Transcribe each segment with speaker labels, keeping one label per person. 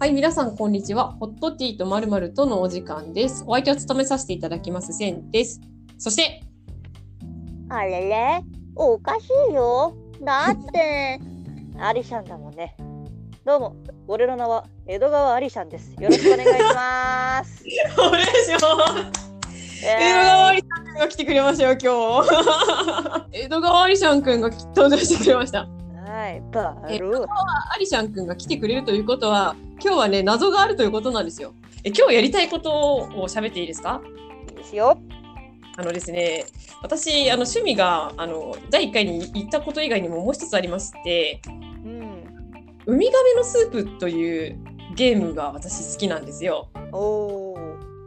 Speaker 1: はい、皆さん、こんにちは。ホットティーとまるまるとのお時間です。お相手を務めさせていただきます、センです。そして、
Speaker 2: あれれおかしいよだってアリシャンだもんねどうも俺の名は江戸川アリシャンですよろしくお願いします
Speaker 1: お願いします。 江戸川アリシャン君が来てくれましたよ、 今日。江戸川アリシャン君が登場してくれました。
Speaker 2: えーはいバル
Speaker 1: アリシャン君が来てくれるということは、今日はね、謎があるということなんですよ。え今日やりたいことを喋っていいですか
Speaker 2: いいですよ
Speaker 1: あのですね、私、あの趣味があの第1回に行ったこと以外にももう一つありまして、
Speaker 2: うん
Speaker 1: ウミガメのスープというゲームが私好きなんですよ。
Speaker 2: お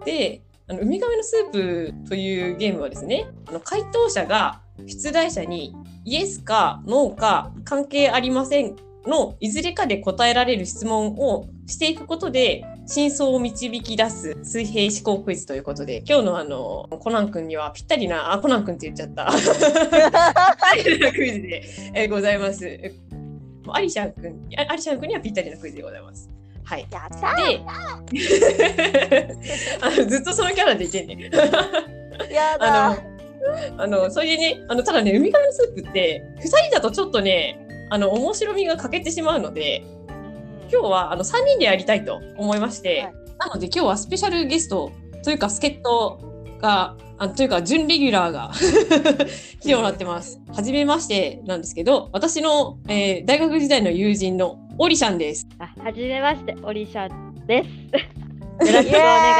Speaker 2: ー
Speaker 1: で、あのウミガメのスープというゲームはですね、あの回答者が出題者にイエスかノーか関係ありませんのいずれかで答えられる質問をしていくことで真相を導き出す水平思考クイズということで今日のあのコナン君にはぴったりなあコナン君って言っちゃった。 ぴったりなクイズで、えーございます。えもうアリシャン君、あアリシャン君にはぴったりなクイズでございます。はい。
Speaker 2: やった
Speaker 1: で、 あのずっとそのキャラでいてね。
Speaker 2: ーやだ
Speaker 1: ああのそういうね、あのただね、ウミガメのスープって2人だとちょっとね、あの面白みが欠けてしまうので、今日はあの3人でやりたいと思いまして、
Speaker 2: はい
Speaker 1: なので今日はスペシャルゲストというか助っ人があというか準レギュラー が来てもらってます。はじめましてなんですけど私の、えー大学時代の友 人のオリシャンです。
Speaker 3: あ、はじめまして、オリシャです。
Speaker 2: よ
Speaker 3: ろしくお願
Speaker 2: い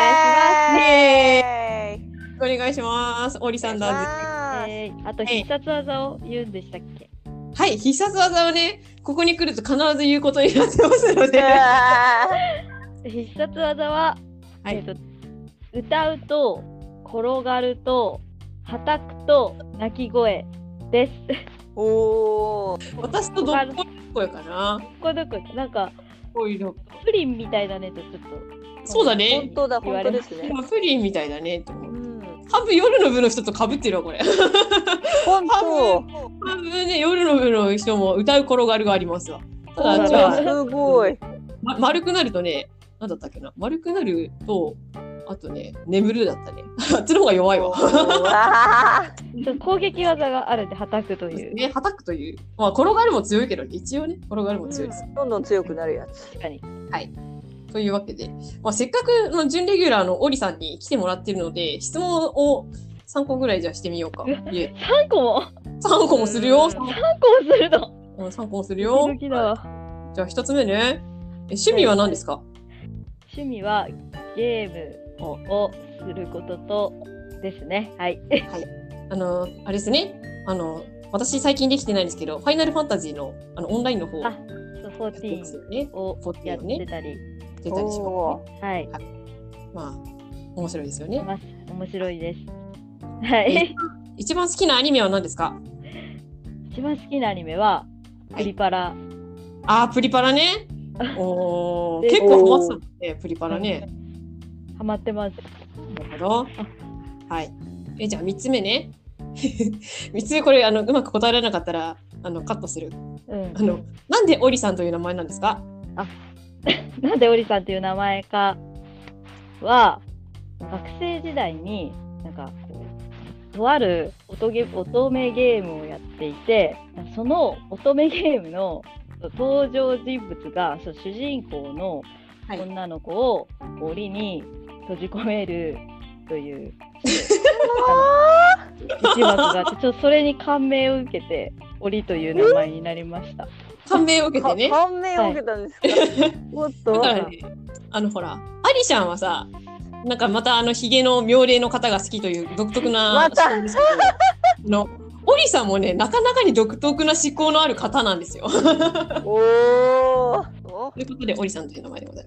Speaker 2: します
Speaker 1: お願いします。オリさんだぜ。
Speaker 3: えー、あと
Speaker 1: えい
Speaker 3: 必殺技を言うんでしたっけ？
Speaker 1: はい、必殺技をね、ここに来ると必ず言うことになってますので、は
Speaker 3: 必殺技は、えっ、
Speaker 1: い、
Speaker 3: と歌うと転がると叩くと鳴き声です。
Speaker 2: おー
Speaker 1: 私とどっこい声かな。
Speaker 3: これどこなんか
Speaker 1: こういうの。
Speaker 3: プリンみたいだねとちょっと
Speaker 1: そうだ
Speaker 2: 本
Speaker 1: ね。
Speaker 2: 当だ本当ですね
Speaker 1: まあプリンみたいだねと思
Speaker 2: う
Speaker 1: う。
Speaker 2: ん
Speaker 1: 半分夜の部の人と被ってるわ、これ。
Speaker 2: 本当
Speaker 1: 半分ね、夜の部の人も歌う転がるがありますわ。ただ、
Speaker 3: そう
Speaker 1: じ
Speaker 3: だ
Speaker 1: ゃ
Speaker 3: ね
Speaker 1: あ、
Speaker 2: す ごい
Speaker 1: ま丸くなるとね、なんだったっけな。丸くなると、あとね、眠るだったね。 あっちの方が弱いわ。
Speaker 2: わー
Speaker 3: ちょっと攻撃技があるんで叩くという。
Speaker 1: ね、叩くという。まあ、転がるも強いけど、一応ね、転がるも強いです。
Speaker 2: どんどん強くなるやつ。
Speaker 3: 確かに。
Speaker 1: というわけで、まあ、せっかくの準レギュラーのオリさんに来てもらってるので質問を3個ぐらいじゃあしてみようか。いえ
Speaker 3: 三個も
Speaker 1: 3個もするよ。
Speaker 2: うん
Speaker 3: 三個もするの。
Speaker 1: うん3個もするよ
Speaker 3: ド。キドキだわ
Speaker 1: じゃあ1つ目ね。え趣味は何ですか
Speaker 3: 趣味はゲームをすることとですね。はい。
Speaker 1: あの、あれですね。あの、私最近できてないんですけど、ファイナルファンタジーのあのオンラインの方や
Speaker 3: あ
Speaker 1: っ、
Speaker 3: そうフォー
Speaker 1: て
Speaker 3: ティ
Speaker 1: ま
Speaker 3: ーン
Speaker 1: す。よね。
Speaker 3: をやってたり、
Speaker 1: 出たりします、ね。
Speaker 3: はい、
Speaker 1: まあ、面白いですよ
Speaker 3: い
Speaker 1: ね。
Speaker 3: ます。面白いです。はい。
Speaker 1: 一番好きなアニメは何ですか
Speaker 3: 一番好きなアニメは、
Speaker 1: はい
Speaker 3: プリパラ。
Speaker 1: あー、プリパラ ね。おー
Speaker 3: で
Speaker 1: 結構ハマってたもんね、プリパラね。
Speaker 3: ハマってます。
Speaker 1: なるほど。はい。え、じゃあ3つ目ね。3つ目これあのうまく答えられなかったらあのカットする。
Speaker 3: うん
Speaker 1: あ。のなんでオリさんという名前なんですか？
Speaker 3: なんでオリさんっていう名前かは、学生時代に、なんかこう、とある音ゲ乙女ゲームをやっていて、その乙女ゲームの登場人物が、そう主人公の
Speaker 1: はい
Speaker 3: 女の子を檻に閉じ込めるという一幕があって、ちょっとそれに感銘を受けて、檻という名前になりました。
Speaker 1: 感銘を受けて
Speaker 2: か
Speaker 1: ね。
Speaker 2: 感銘を受けたんですか。おっ
Speaker 1: だ
Speaker 2: と
Speaker 1: か。らね、あのほらアリシャンはさ、なんかまたあのヒゲの妙齢の方が好きという独特な
Speaker 2: また
Speaker 1: 思考ですけど、あのオリさんもねなかなかに独特な思考のある方なんですよ。と
Speaker 2: おお。
Speaker 1: いうことでオリさんという名前でござい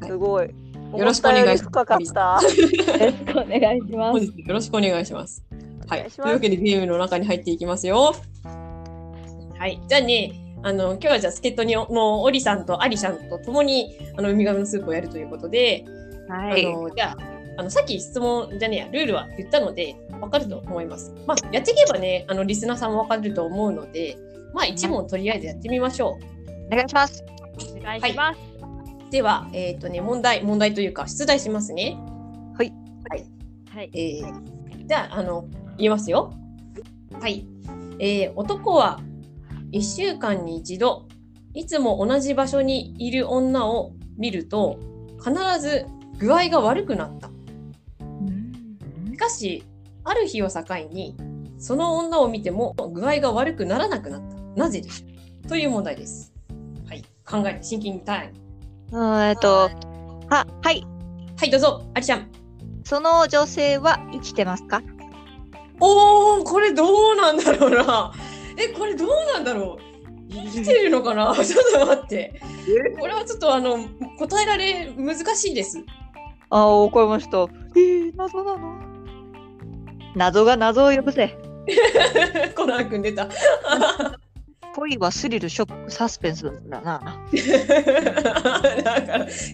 Speaker 1: ます。
Speaker 2: すごい。
Speaker 1: よろしくお願いします
Speaker 2: 思ったより深かっ
Speaker 3: よろしくお願いしま
Speaker 1: 本
Speaker 3: す。
Speaker 1: 日よろしくお願いします。は
Speaker 2: お願
Speaker 1: い、
Speaker 2: いし
Speaker 1: と
Speaker 2: ます
Speaker 1: いうわけでゲームの中に入っていきますよ。はい、じゃあね、あの今日はじゃあ助っ人にのオリさんとアリシャンと共にあのウミガメのスープをやるということで、
Speaker 2: は
Speaker 1: あのじゃああのさっき質問じゃねえやルールは言ったので分かると思います。まあやっていけばね、あのリスナーさんも分かると思うので、まあ一問とりあえずやってみましょう。
Speaker 2: お願いします。
Speaker 3: お願いします。
Speaker 1: ででは、えっ、とね、問題、問題というか、出題しますね。
Speaker 3: はい。
Speaker 1: えーじゃあ、あの、言いますよ。はい。えー男は1週間に一度、いつも同じ場所にいる女を見ると、必ず具合が悪くなった。しかし、ある日を境に、その女を見ても具合が悪くならなくなった。なぜでしょうという問題です。はい。考えて、シンキングタイム。
Speaker 4: うんえっと、は、はい。
Speaker 1: はい、どうぞ、ありちゃん。
Speaker 4: その女性は生きてますか
Speaker 1: おーこれどうなんだろうな えこれどうなんだろう生きてるのかな ちょっと待ってこれはちょっとあの答えられ難しいです
Speaker 4: ああ、怒りました。えー、謎なの謎が謎を呼ぶぜ。
Speaker 1: コナン君出た
Speaker 4: 恋はスリル、ショック、サスペンスだ
Speaker 1: だ
Speaker 4: な。
Speaker 1: から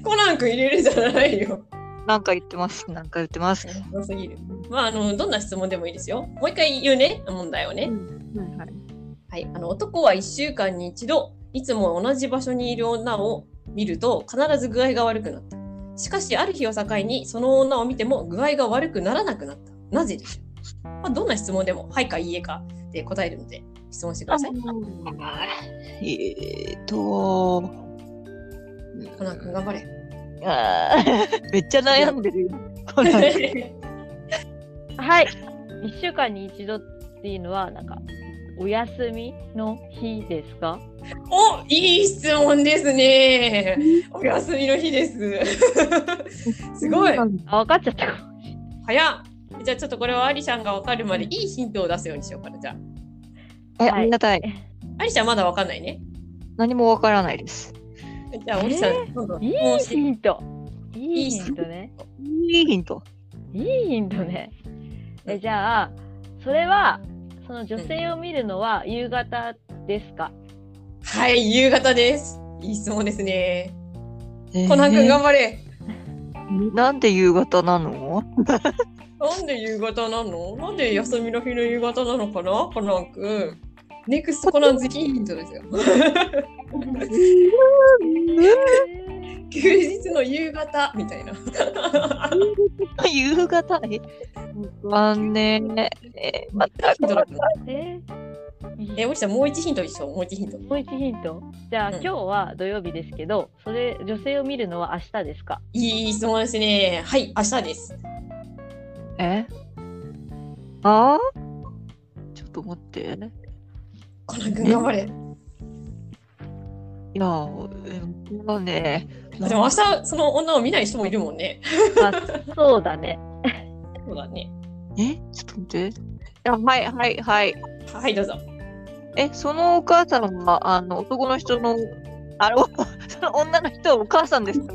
Speaker 1: コナン君入れるんじゃないよ
Speaker 4: なんか言ってます。なんか言ってます。
Speaker 1: 多すぎるまああのどんな質問でもいいですよもう一回言うね問題をね、はい、あの男は1週間に一度いつも同じ場所にいる女を見ると必ず具合が悪くなったしかしある日を境にその女を見ても具合が悪くならなくなったなぜでしょう、まあ、どんな質問でもはいかいいえかで答えるので質問してください
Speaker 4: えーっと、
Speaker 1: コナン君頑張れ
Speaker 4: あー めっちゃ悩んでるよ。コナン君
Speaker 3: はい。1週間に一度っていうのは、なんか、お休みの日ですか
Speaker 1: おいい質問ですねお休みの日です すごい
Speaker 3: あ、分かっちゃったか。
Speaker 1: 早っじゃあちょっとこれはアリシャンが分かるまでいいヒントを出すようにしようかなじゃあ
Speaker 4: え、
Speaker 3: はい
Speaker 4: ありがたい。
Speaker 1: アリシャンまだ分かんないね
Speaker 4: 何もわからないです。
Speaker 1: じゃあ、おじさん、どんどん
Speaker 3: いい
Speaker 1: もうし
Speaker 3: ヒント。いいヒントね。
Speaker 4: いいヒント。
Speaker 3: いいヒントね。え、じゃあ、それは、その女性を見るのは夕方ですか
Speaker 1: はい、夕方です。いい質問ですね。
Speaker 4: えー
Speaker 1: コナン君頑張れ。
Speaker 4: なんで夕方なの
Speaker 1: なんで夕方なのなんで休みの日の夕方なのかなコナン君。ネクストコナンズキヒントですよ。休日の夕方みたいな。
Speaker 4: 夕方えまあねえまた
Speaker 1: ヒントだった
Speaker 3: えー
Speaker 1: え、おじさん、もう一ヒントでしょもう一ヒント。
Speaker 3: もう一ヒント。じゃあ、
Speaker 1: うん
Speaker 3: 今日は土曜日ですけど、それ女性を見るのは明日ですか。
Speaker 1: いい質問ですね。はい、明日です。
Speaker 4: えあちょっと待って
Speaker 1: コナン君頑張れ。
Speaker 4: いやえまあね
Speaker 1: でも明日、その女を見ない人もいるもんね。
Speaker 3: あ、そうだね。
Speaker 1: そうだね。
Speaker 4: えちょっと待ってあはいはいはい
Speaker 1: はい、どうぞ。
Speaker 4: えそのお母さんはあの男の人のあの その女の人はお母さんです か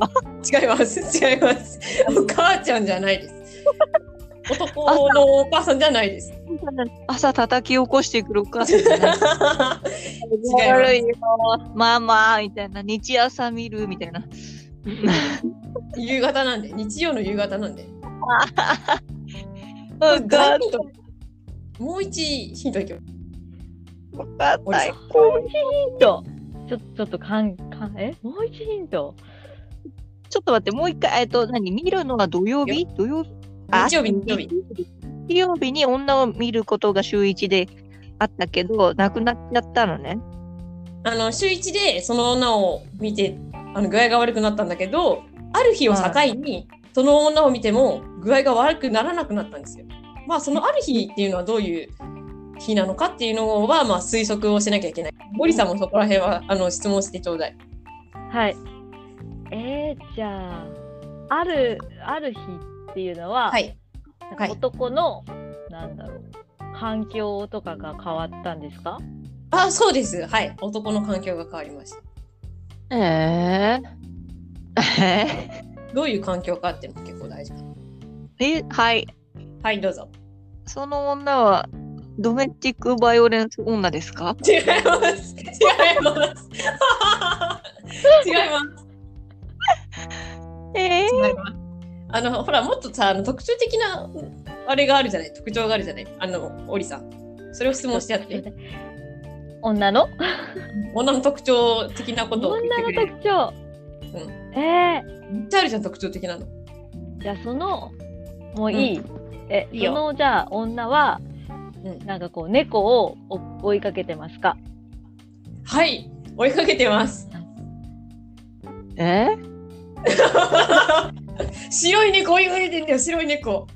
Speaker 1: 違います 違い ますお母ちゃんじゃないです男のお母さんじゃないです
Speaker 4: 朝叩き起こしてくるお母さんじゃない
Speaker 1: ます
Speaker 4: 悪いよママみたいな日朝見るみた いな
Speaker 1: 夕方なんで日曜の夕方なんで
Speaker 4: わかった
Speaker 1: もう一ヒントいきます
Speaker 4: わかんない。
Speaker 3: もう一ヒント。ちょ、ちょっとかん、かん、え、もう一ヒント。
Speaker 4: ちょっと待って、もう一回、えっと、何見るのは土曜日土曜日あ
Speaker 1: 日曜日日曜日
Speaker 4: 日曜日に女を見ることが週一であったけど、なくなっちゃったのね。
Speaker 1: あの週一でその女を見てあの具合が悪くなったんだけどある日を境にその女を見ても具合が悪くならなくなったんですよまあそのある日っていうのはどういう日なのかっていうのはまあ推測をしなきゃいけない森さんもそこら辺はあの質問してちょうだい
Speaker 3: はい。えー、じゃあ、ある、ある日っていうのは、
Speaker 1: はい
Speaker 3: なんか男の、なんだろう。環境とかが変わったんですか。
Speaker 1: あそうですはい男の環境が変わりました
Speaker 4: えええ
Speaker 1: どういう環境かっていうのも結構大事かな。
Speaker 4: えはい。
Speaker 1: はい、どうぞ。
Speaker 4: その女は、ドメスティックバイオレンス女ですか
Speaker 1: 違い ます。違います。違います。
Speaker 4: ええ
Speaker 1: 違います。あの、ほら、もっとさ、あの特徴的な、あれがあるじゃない、特徴があるじゃない、あの、オリさん。それを質問してやっ
Speaker 3: ちょってと、待って女の。
Speaker 1: 女の特徴的なことを言って
Speaker 3: 女
Speaker 1: く
Speaker 3: の
Speaker 1: れる。
Speaker 3: 特徴。え
Speaker 1: めっちゃあるじゃん特徴的なの。
Speaker 3: ー、じゃあそのもういい、え
Speaker 1: いいよ
Speaker 3: そのじゃあ女は、
Speaker 1: うん
Speaker 3: なんかこう猫を追いかけてますか
Speaker 1: はい追いかけてます。
Speaker 4: え
Speaker 1: 白い猫追いかけてんだよ白い猫。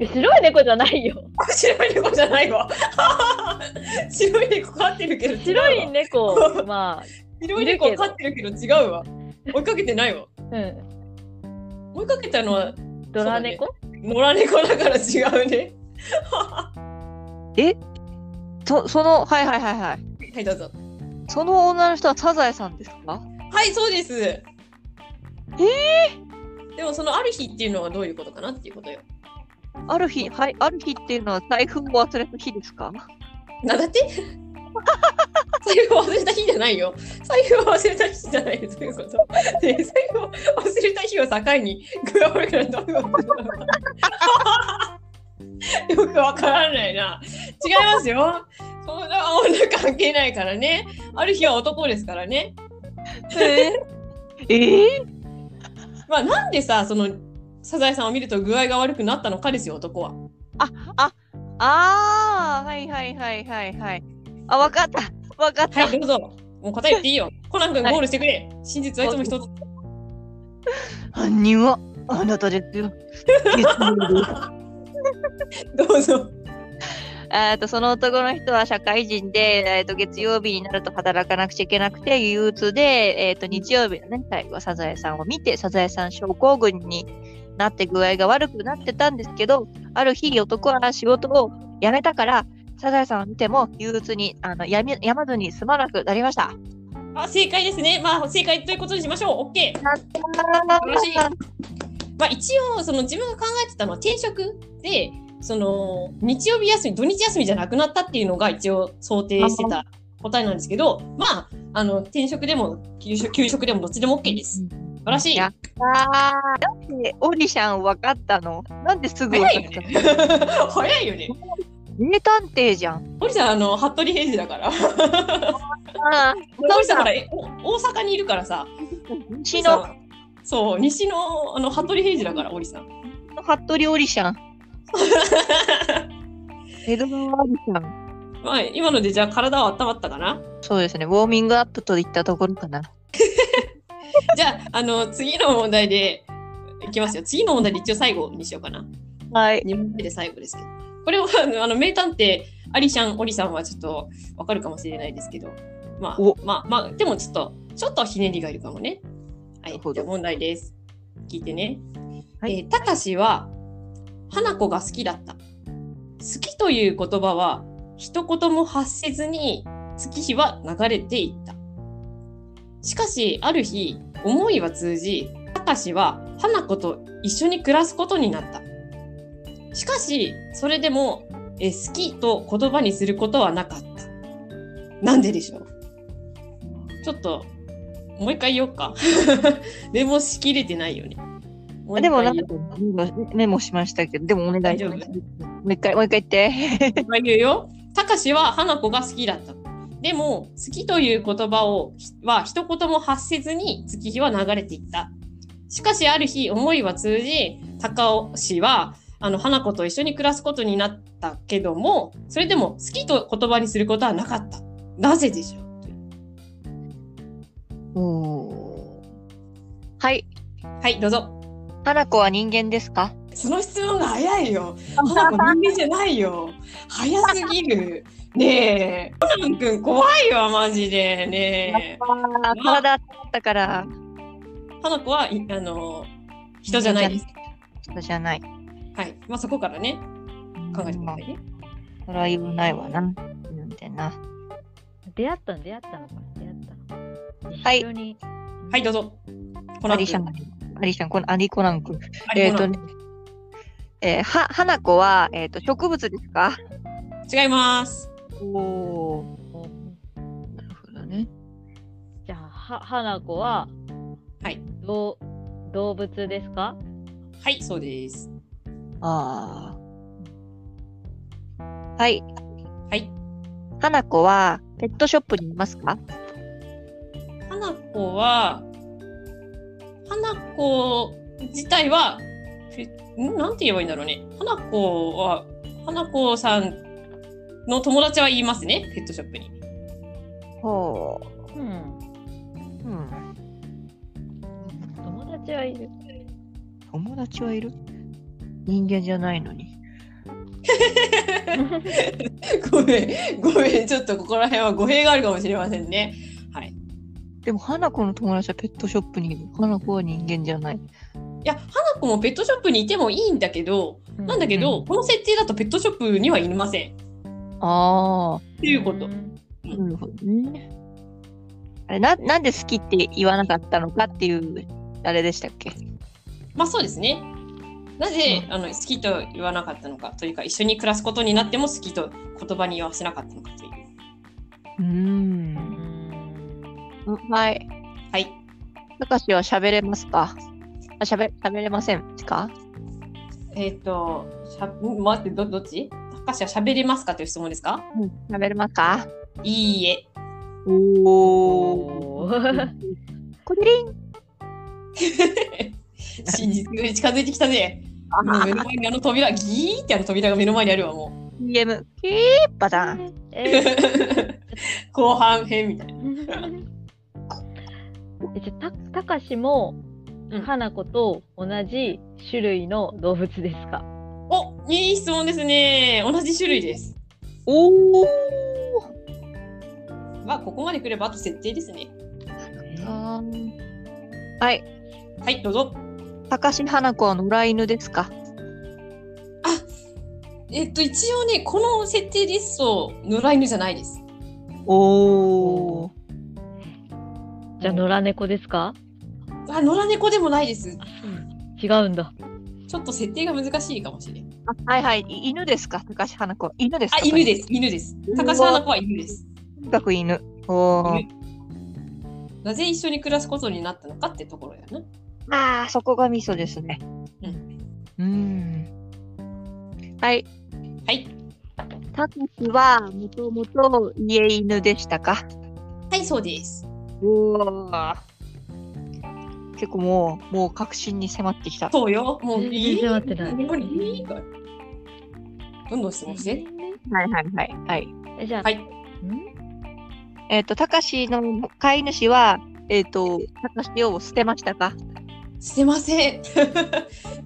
Speaker 3: え白い猫じゃないよ
Speaker 1: 白い猫じゃないわ。 白い猫飼ってるけど違うわ
Speaker 3: 白い猫ま
Speaker 1: 白い猫飼ってるけど違うわ。追いかけてないわ。
Speaker 3: あうん
Speaker 1: 追いかけたのは
Speaker 3: ドラ猫
Speaker 1: 野良猫だから違うね。
Speaker 4: そそのはいはいはいはい
Speaker 1: はいどうぞ。
Speaker 4: その女の人はサザエさんですか
Speaker 1: はいそうです。えー、でもそのある日っていうのはどういうことかなっていうことよ。
Speaker 4: ある日はいある日っていうのは財布を忘れた日ですか
Speaker 1: なんだ って財布を忘れた日じゃないよ。財布を忘れた日じゃないよ。そういうこと。ねえ財布を忘れた日を境にグラフルからどういうことなの かよくわからないな。違いますよ。そんな女関係ないからね。ある日は男ですからね。
Speaker 4: えー、え
Speaker 1: まあなんでさ、そのサザエさんを見ると具合が悪くなったのかですよ、男は。
Speaker 4: ああはいはいはいはいはいあわかったわかった、
Speaker 1: はい、どうぞ。もう答え言っていいよ。コナン君ゴールしてくれ。真実はいつも一つ。
Speaker 4: 犯人はあなたです よ月曜日
Speaker 1: どうぞ。
Speaker 4: えーとその男の人は社会人で、えー、と月曜日になると働かなくちゃいけなくて憂鬱で、えー、と日曜日の、ね、最後はサザエさんを見てサザエさん症候群になって具合が悪くなってたんですけどある日男は仕事を辞めたからサザエさんを見ても憂鬱にあのやめやまずに済まなくなりました。
Speaker 1: あ正解ですね。まあ正解ということにしましょう。OK。らしいまあ一応その自分が考えてたのは転職でその日曜日休み土日休みじゃなくなったっていうのが一応想定してた答えなんですけど、まああの転職でも給食給食でもどっちでも OK です。 素晴らしい。
Speaker 4: やあーなんでオリシャン分かったのなんですぐ分
Speaker 1: 早
Speaker 4: かっ
Speaker 1: いよ
Speaker 4: たの
Speaker 1: ね。早いよね。
Speaker 4: 名探偵じゃん。
Speaker 1: 堀さんあの服部平次だから。
Speaker 4: あ
Speaker 1: 堀さんほらえお大阪にいるからさ。
Speaker 4: 西の
Speaker 1: さそう西のあの服部平次だから堀さん。
Speaker 4: 服部オリ シャン。江戸川オリシャン。
Speaker 1: まあ今のでじゃあ体は温まったかな。
Speaker 4: そうですね、ウォーミングアップといったところかな。
Speaker 1: じゃあ、あの、次の問題で、いきますよ。次の問題で一応最後にしようかな。
Speaker 4: はい。
Speaker 1: 2問目で最後ですけど。これは、あのあの、名探偵、アリシャン、オリさんはちょっとわかるかもしれないですけど、まあ
Speaker 4: お、
Speaker 1: まあ、まあ、でもちょっと、ちょっとひねりがいるかもね。は
Speaker 4: なる
Speaker 1: い
Speaker 4: ほ、ど
Speaker 1: じゃあ問題です。聞いてね。
Speaker 4: は
Speaker 1: え
Speaker 4: い
Speaker 1: ーたかしは、花子が好きだった。好きという言葉は、一言も発せずに、月日は流れていった。しかし、ある日、思いは通じ、たかしは花子と一緒に暮らすことになった。しかし、それでも、え好きと言葉にすることはなかった。なんででしょうちょっと、もう一回言おうか。 メモしきれてないよね。もう一回
Speaker 4: でもなん
Speaker 1: 言
Speaker 4: かメモしましたけど、でもお願いします。
Speaker 1: 大
Speaker 4: もう一回、もう一回言って。
Speaker 1: もう一回言うよ。たかしは花子が好きだった。でも、好きという言葉をひは一言も発せずに月日は流れていった。しかし、ある日、思いは通じ、高尾氏はあの花子と一緒に暮らすことになったけども、それでも好きと言葉にすることはなかった。なぜでしょう
Speaker 4: おーはい。
Speaker 1: はい、どうぞ。
Speaker 4: 花子は人間ですか
Speaker 1: その質問が早い よ。花子人間じゃないよ。早すぎる。 ねえ。コナン君怖いわ、マジで。ねえ。
Speaker 4: あー体あったから、
Speaker 1: 花子はいあの人じゃないです。
Speaker 4: 人じゃない。
Speaker 1: はい。まあそこからね考えてくださいね。
Speaker 4: それは言わないわな。なんてな。
Speaker 3: 出会ったの出会ったのか出会ったの
Speaker 4: はい
Speaker 3: 一緒に
Speaker 1: はいどうぞ。コナ
Speaker 4: ア
Speaker 1: ン
Speaker 4: リシャン
Speaker 1: 君。
Speaker 4: が、アリシャン、このアリコナン君。
Speaker 1: アリ
Speaker 4: えっ、
Speaker 1: コナ
Speaker 4: と
Speaker 1: ン
Speaker 4: ね、えーは、花子は、えっ、と、植物ですか
Speaker 1: 違います。
Speaker 4: おー。
Speaker 3: こう
Speaker 4: なるほどね。
Speaker 3: じゃあは花子は
Speaker 1: はい
Speaker 3: どう動物ですか
Speaker 1: はいそうです。
Speaker 4: ああ。はい。
Speaker 1: はい。
Speaker 4: 花子は、ペットショップにいますか
Speaker 1: 花子は花子自体はフェんなんて言えばいいんだろうね花子は花子さんの友達は言いますねペットショップに
Speaker 4: ほ
Speaker 3: うん。
Speaker 4: う。うん。
Speaker 3: 友達は いる。
Speaker 4: 友達はいる人間じゃないのに。
Speaker 1: ごめんごめんちょっとここら辺は語弊があるかもしれませんねはい
Speaker 4: でも、花子の友達はペットショップにいる。花子は人間じゃない。
Speaker 1: いや花子もペットショップにいてもいいんだけどなんだけ
Speaker 4: う
Speaker 1: どこの設定だとペットショップにはいませんっ
Speaker 4: あ
Speaker 1: ていうこと
Speaker 4: あ。なるほどね。あれ、な、なんで好きって言わなかったのかっていう、あれでしたっけ
Speaker 1: まあそうですね。なぜ、あの好きと言わなかったのかというか一緒に暮らすことになっても好きと言葉にはしなかったのかという。
Speaker 4: うーん。はい。
Speaker 1: はい。
Speaker 4: たかしは喋れますかあ、喋、喋れませんか
Speaker 1: えっ、としゃ待ってどどっち？高橋は喋れますかという質問ですか？
Speaker 4: うん。喋れますか
Speaker 1: いいえ。
Speaker 4: おー。コリリン
Speaker 1: 真実に近づいてきたぜ。もう目の前にあの扉ギーってあの扉が目の前にあるわも
Speaker 4: !CM、キーパター ン。
Speaker 1: う
Speaker 3: え。
Speaker 1: 後半編みたいな。
Speaker 3: えじゃあたたかしも
Speaker 1: うん
Speaker 3: 花子と同じ種類の動物ですか、
Speaker 1: おいい質問ですね。同じ種類です。
Speaker 4: おー。
Speaker 1: まあここまで来ればあと設定ですね。
Speaker 4: はい。
Speaker 1: はいどうぞ。
Speaker 4: 高橋花子は野良犬ですか
Speaker 1: えっと一応ねこの設定ですと野良犬じゃないです。
Speaker 4: おお。
Speaker 3: じゃあ野良猫ですか
Speaker 1: あ野良猫でもないです。
Speaker 3: 違うんだ
Speaker 1: ちょっと設定が難しいかもしれない。
Speaker 4: あはいはい。い犬ですか高橋花子。犬です
Speaker 1: あ
Speaker 4: か
Speaker 1: 犬です犬です。高橋花子は犬です。
Speaker 4: とにかく犬。おお。
Speaker 1: なぜ一緒に暮らすことになったのかってところやな。
Speaker 4: ああ、そこがミソですね。うん。はい。
Speaker 1: はい
Speaker 4: 高橋はもともと家犬でしたか
Speaker 1: はいそうです。
Speaker 4: おお。結構もう、もう確信に迫ってきた。
Speaker 1: そうよもう
Speaker 3: 全然
Speaker 1: いい
Speaker 3: 合ってない
Speaker 1: もういいからどんどん質問して。
Speaker 4: はいはいはい。はい。
Speaker 3: えじゃあ、
Speaker 1: はい
Speaker 3: ん
Speaker 4: えっ、と、高橋の飼い主は、えっ、と、高橋を捨てましたか
Speaker 1: してません。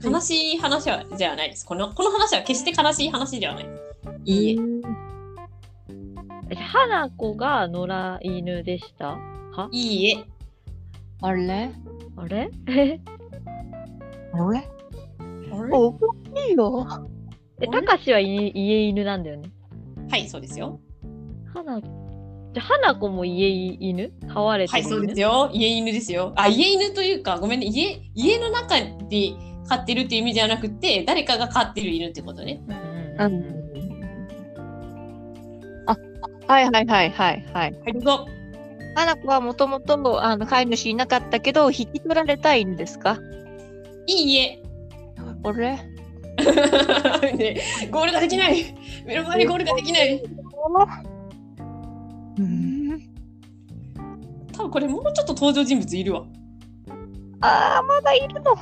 Speaker 1: 悲しい話はじゃないです。このこの話は決して悲しい話ではない。いいえ。
Speaker 3: えじゃあ花子が野良犬でしたか
Speaker 1: いいえ。
Speaker 4: あれ
Speaker 3: あれ え
Speaker 4: あれ
Speaker 1: あれ
Speaker 4: おかしいよ。
Speaker 3: えたかしはい家犬なんだよね
Speaker 1: はいそうですよ。
Speaker 3: 花じゃあ花子も家犬飼われて
Speaker 1: は
Speaker 3: る
Speaker 1: い、
Speaker 3: 犬、
Speaker 1: そうですよ。家犬ですよ。あ、家犬というか、ごめんね。家、家の中で飼ってるっていう意味じゃなくて、誰かが飼ってる犬ってことね。
Speaker 3: うんうん
Speaker 4: う
Speaker 3: う
Speaker 4: ん。
Speaker 3: ん
Speaker 4: あ、はいはいはいはいはい。
Speaker 1: はい、どうぞ。
Speaker 4: 花子はもともとあの飼い主いなかったけど、引き取られたいんですか
Speaker 1: いい家。
Speaker 4: あれ
Speaker 1: ね、ゴールができない。目の前にゴールができない。
Speaker 4: うん。
Speaker 1: 多分これもうちょっと登場人物いるわ。
Speaker 4: ああ、まだいるの。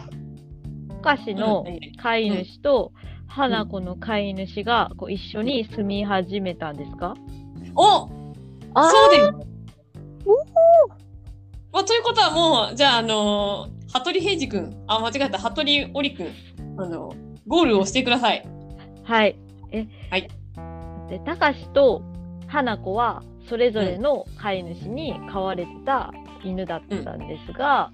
Speaker 3: たかしの
Speaker 1: うんはい
Speaker 3: 飼い主と花子の飼い主がこう一緒に住み始めたんですか、
Speaker 1: お
Speaker 4: あ
Speaker 1: そうです。
Speaker 4: おー
Speaker 1: まあ、ということはもう、じゃあ、あのー、服部平次君、あ、間違えた、服部織君、あのー、ゴールをしてください。
Speaker 3: はい。え、
Speaker 1: はい。
Speaker 3: で、たかしと花子はそれぞれの飼い主に飼われてた犬だったんですが、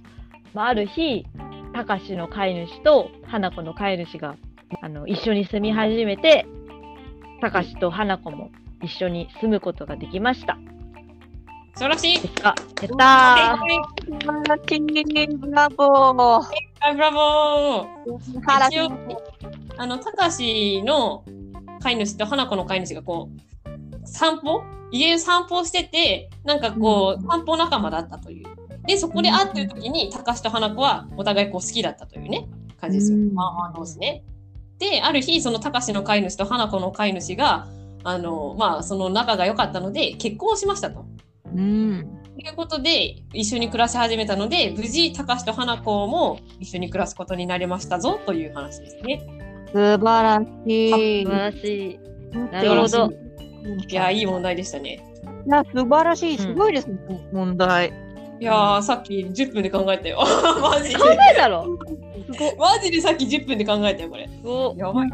Speaker 3: まあ、ある日、たかしの飼い主と花子の飼い主があの一緒に住み始めて、たかしと花子も一緒に住むことができました。
Speaker 1: 素晴らしい。
Speaker 3: 結果、やったー
Speaker 1: は
Speaker 4: ラキンブラボー。
Speaker 1: いブラボー
Speaker 4: 原
Speaker 1: 一応あの、たかしの飼い主と花子の飼い主がこう、散歩家散歩してて、なんかこう、散歩仲間だったという。で、そこで会ってる時に、たかしと花子はお互いこう好きだったというね、感じですよ
Speaker 4: う。ん
Speaker 1: まあまあ同士ね。で、ある日、そのたかしの飼い主と花子の飼い主が、あの、まあ、その仲が良かったので、結婚をしましたと。
Speaker 4: うん。
Speaker 1: いうことで一緒に暮らし始めたので無事高橋と花子も一緒に暮らすことになりましたぞという話ですね。
Speaker 4: 素晴らしい
Speaker 3: 素晴。らしい。な
Speaker 4: なる
Speaker 3: る
Speaker 4: ほ
Speaker 3: ほ
Speaker 4: ど
Speaker 3: ど。。
Speaker 1: いやいい問題でしたね。
Speaker 4: いや素晴らしい。
Speaker 3: うん
Speaker 4: すごいですね、問題。
Speaker 1: いやーさっき10分で考えたよ。 マジで
Speaker 3: 考えたろ
Speaker 1: マジでさっき10分で考えたよこれ。
Speaker 3: すごっ
Speaker 1: やばい。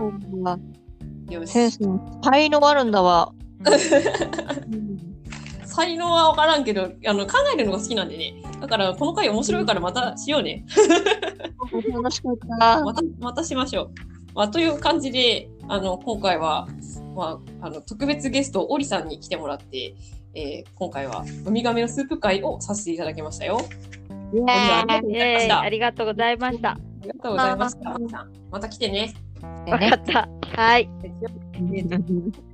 Speaker 1: よ
Speaker 4: セン
Speaker 1: し
Speaker 4: スの才能あるんだわ。
Speaker 1: 才能は分からんけどあの考えるのが好きなんでねだからこの回面白いからまたしようね。
Speaker 4: 楽しかった。
Speaker 1: またまたしましょう。まあ、という感じであの今回は、まあ、あの特別ゲストオリさんに来てもらって、えー今回はウミガメのスープ会をさせていただきましたよ。
Speaker 4: イエ
Speaker 1: オリさんありが
Speaker 4: ー
Speaker 1: とうございま
Speaker 3: え
Speaker 1: し
Speaker 3: ー
Speaker 1: た。
Speaker 3: ありがとうございました。
Speaker 1: ありがとうございました。オリさんまた来てね。
Speaker 4: イ
Speaker 3: わかった。はい。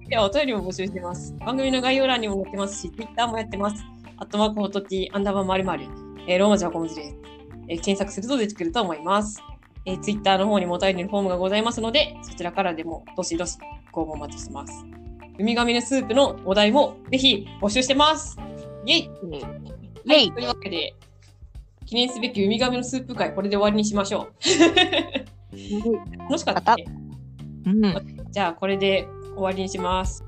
Speaker 1: ではお便りも募集してます。番組の概要欄にも載ってますし、Twitter もやってます。アットマークホットティーアンダーバーまるまる。えーローマ字は小文字です、えー検索すると出てくると思います。えー、Twitter の方にもお便りのフォームがございますので、そちらからでもどしどしご応募お待ちしてます。ウミガメのスープのお題もぜひ募集してます。イェイ
Speaker 4: イイ
Speaker 1: というわけで、記念すべきウミガメのスープ会、これで終わりにしましょう。楽しかったね。
Speaker 4: うん
Speaker 1: じゃあ、これで終わりにします。